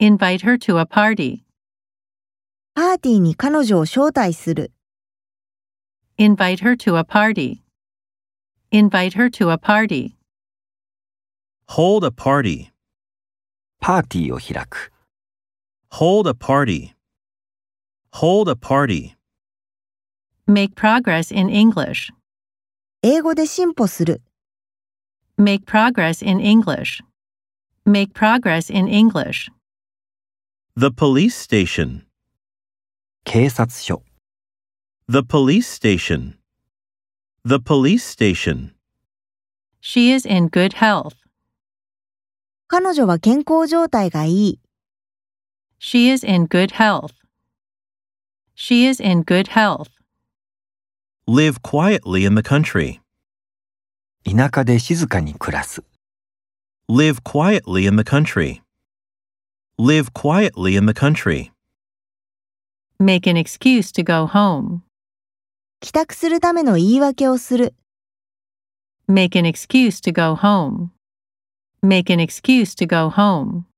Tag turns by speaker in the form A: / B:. A: Invite her to a party.
B: パーティーに彼女を招待する。
A: Invite her to a party. Invite her to a party.
C: Hold a party.
D: パーティーを開く。
C: Hold a party. Hold a party.
A: Make progress in English.
B: 英語で進歩する。
A: Make progress in English. Make progress in English.
C: The police station.
D: 警察署。
C: The police station. The police station.
A: She is in good health.
B: 彼女は健康状態がいい。
A: She is in good health. She is in good health.
C: Live quietly in the country.
D: 田舎で静かに暮らす。
C: Live quietly in the country. Live quietly in the country.
A: Make an excuse to go home.
B: 帰宅するための言い訳をする。
A: Make an excuse to go home. Make an excuse to go home.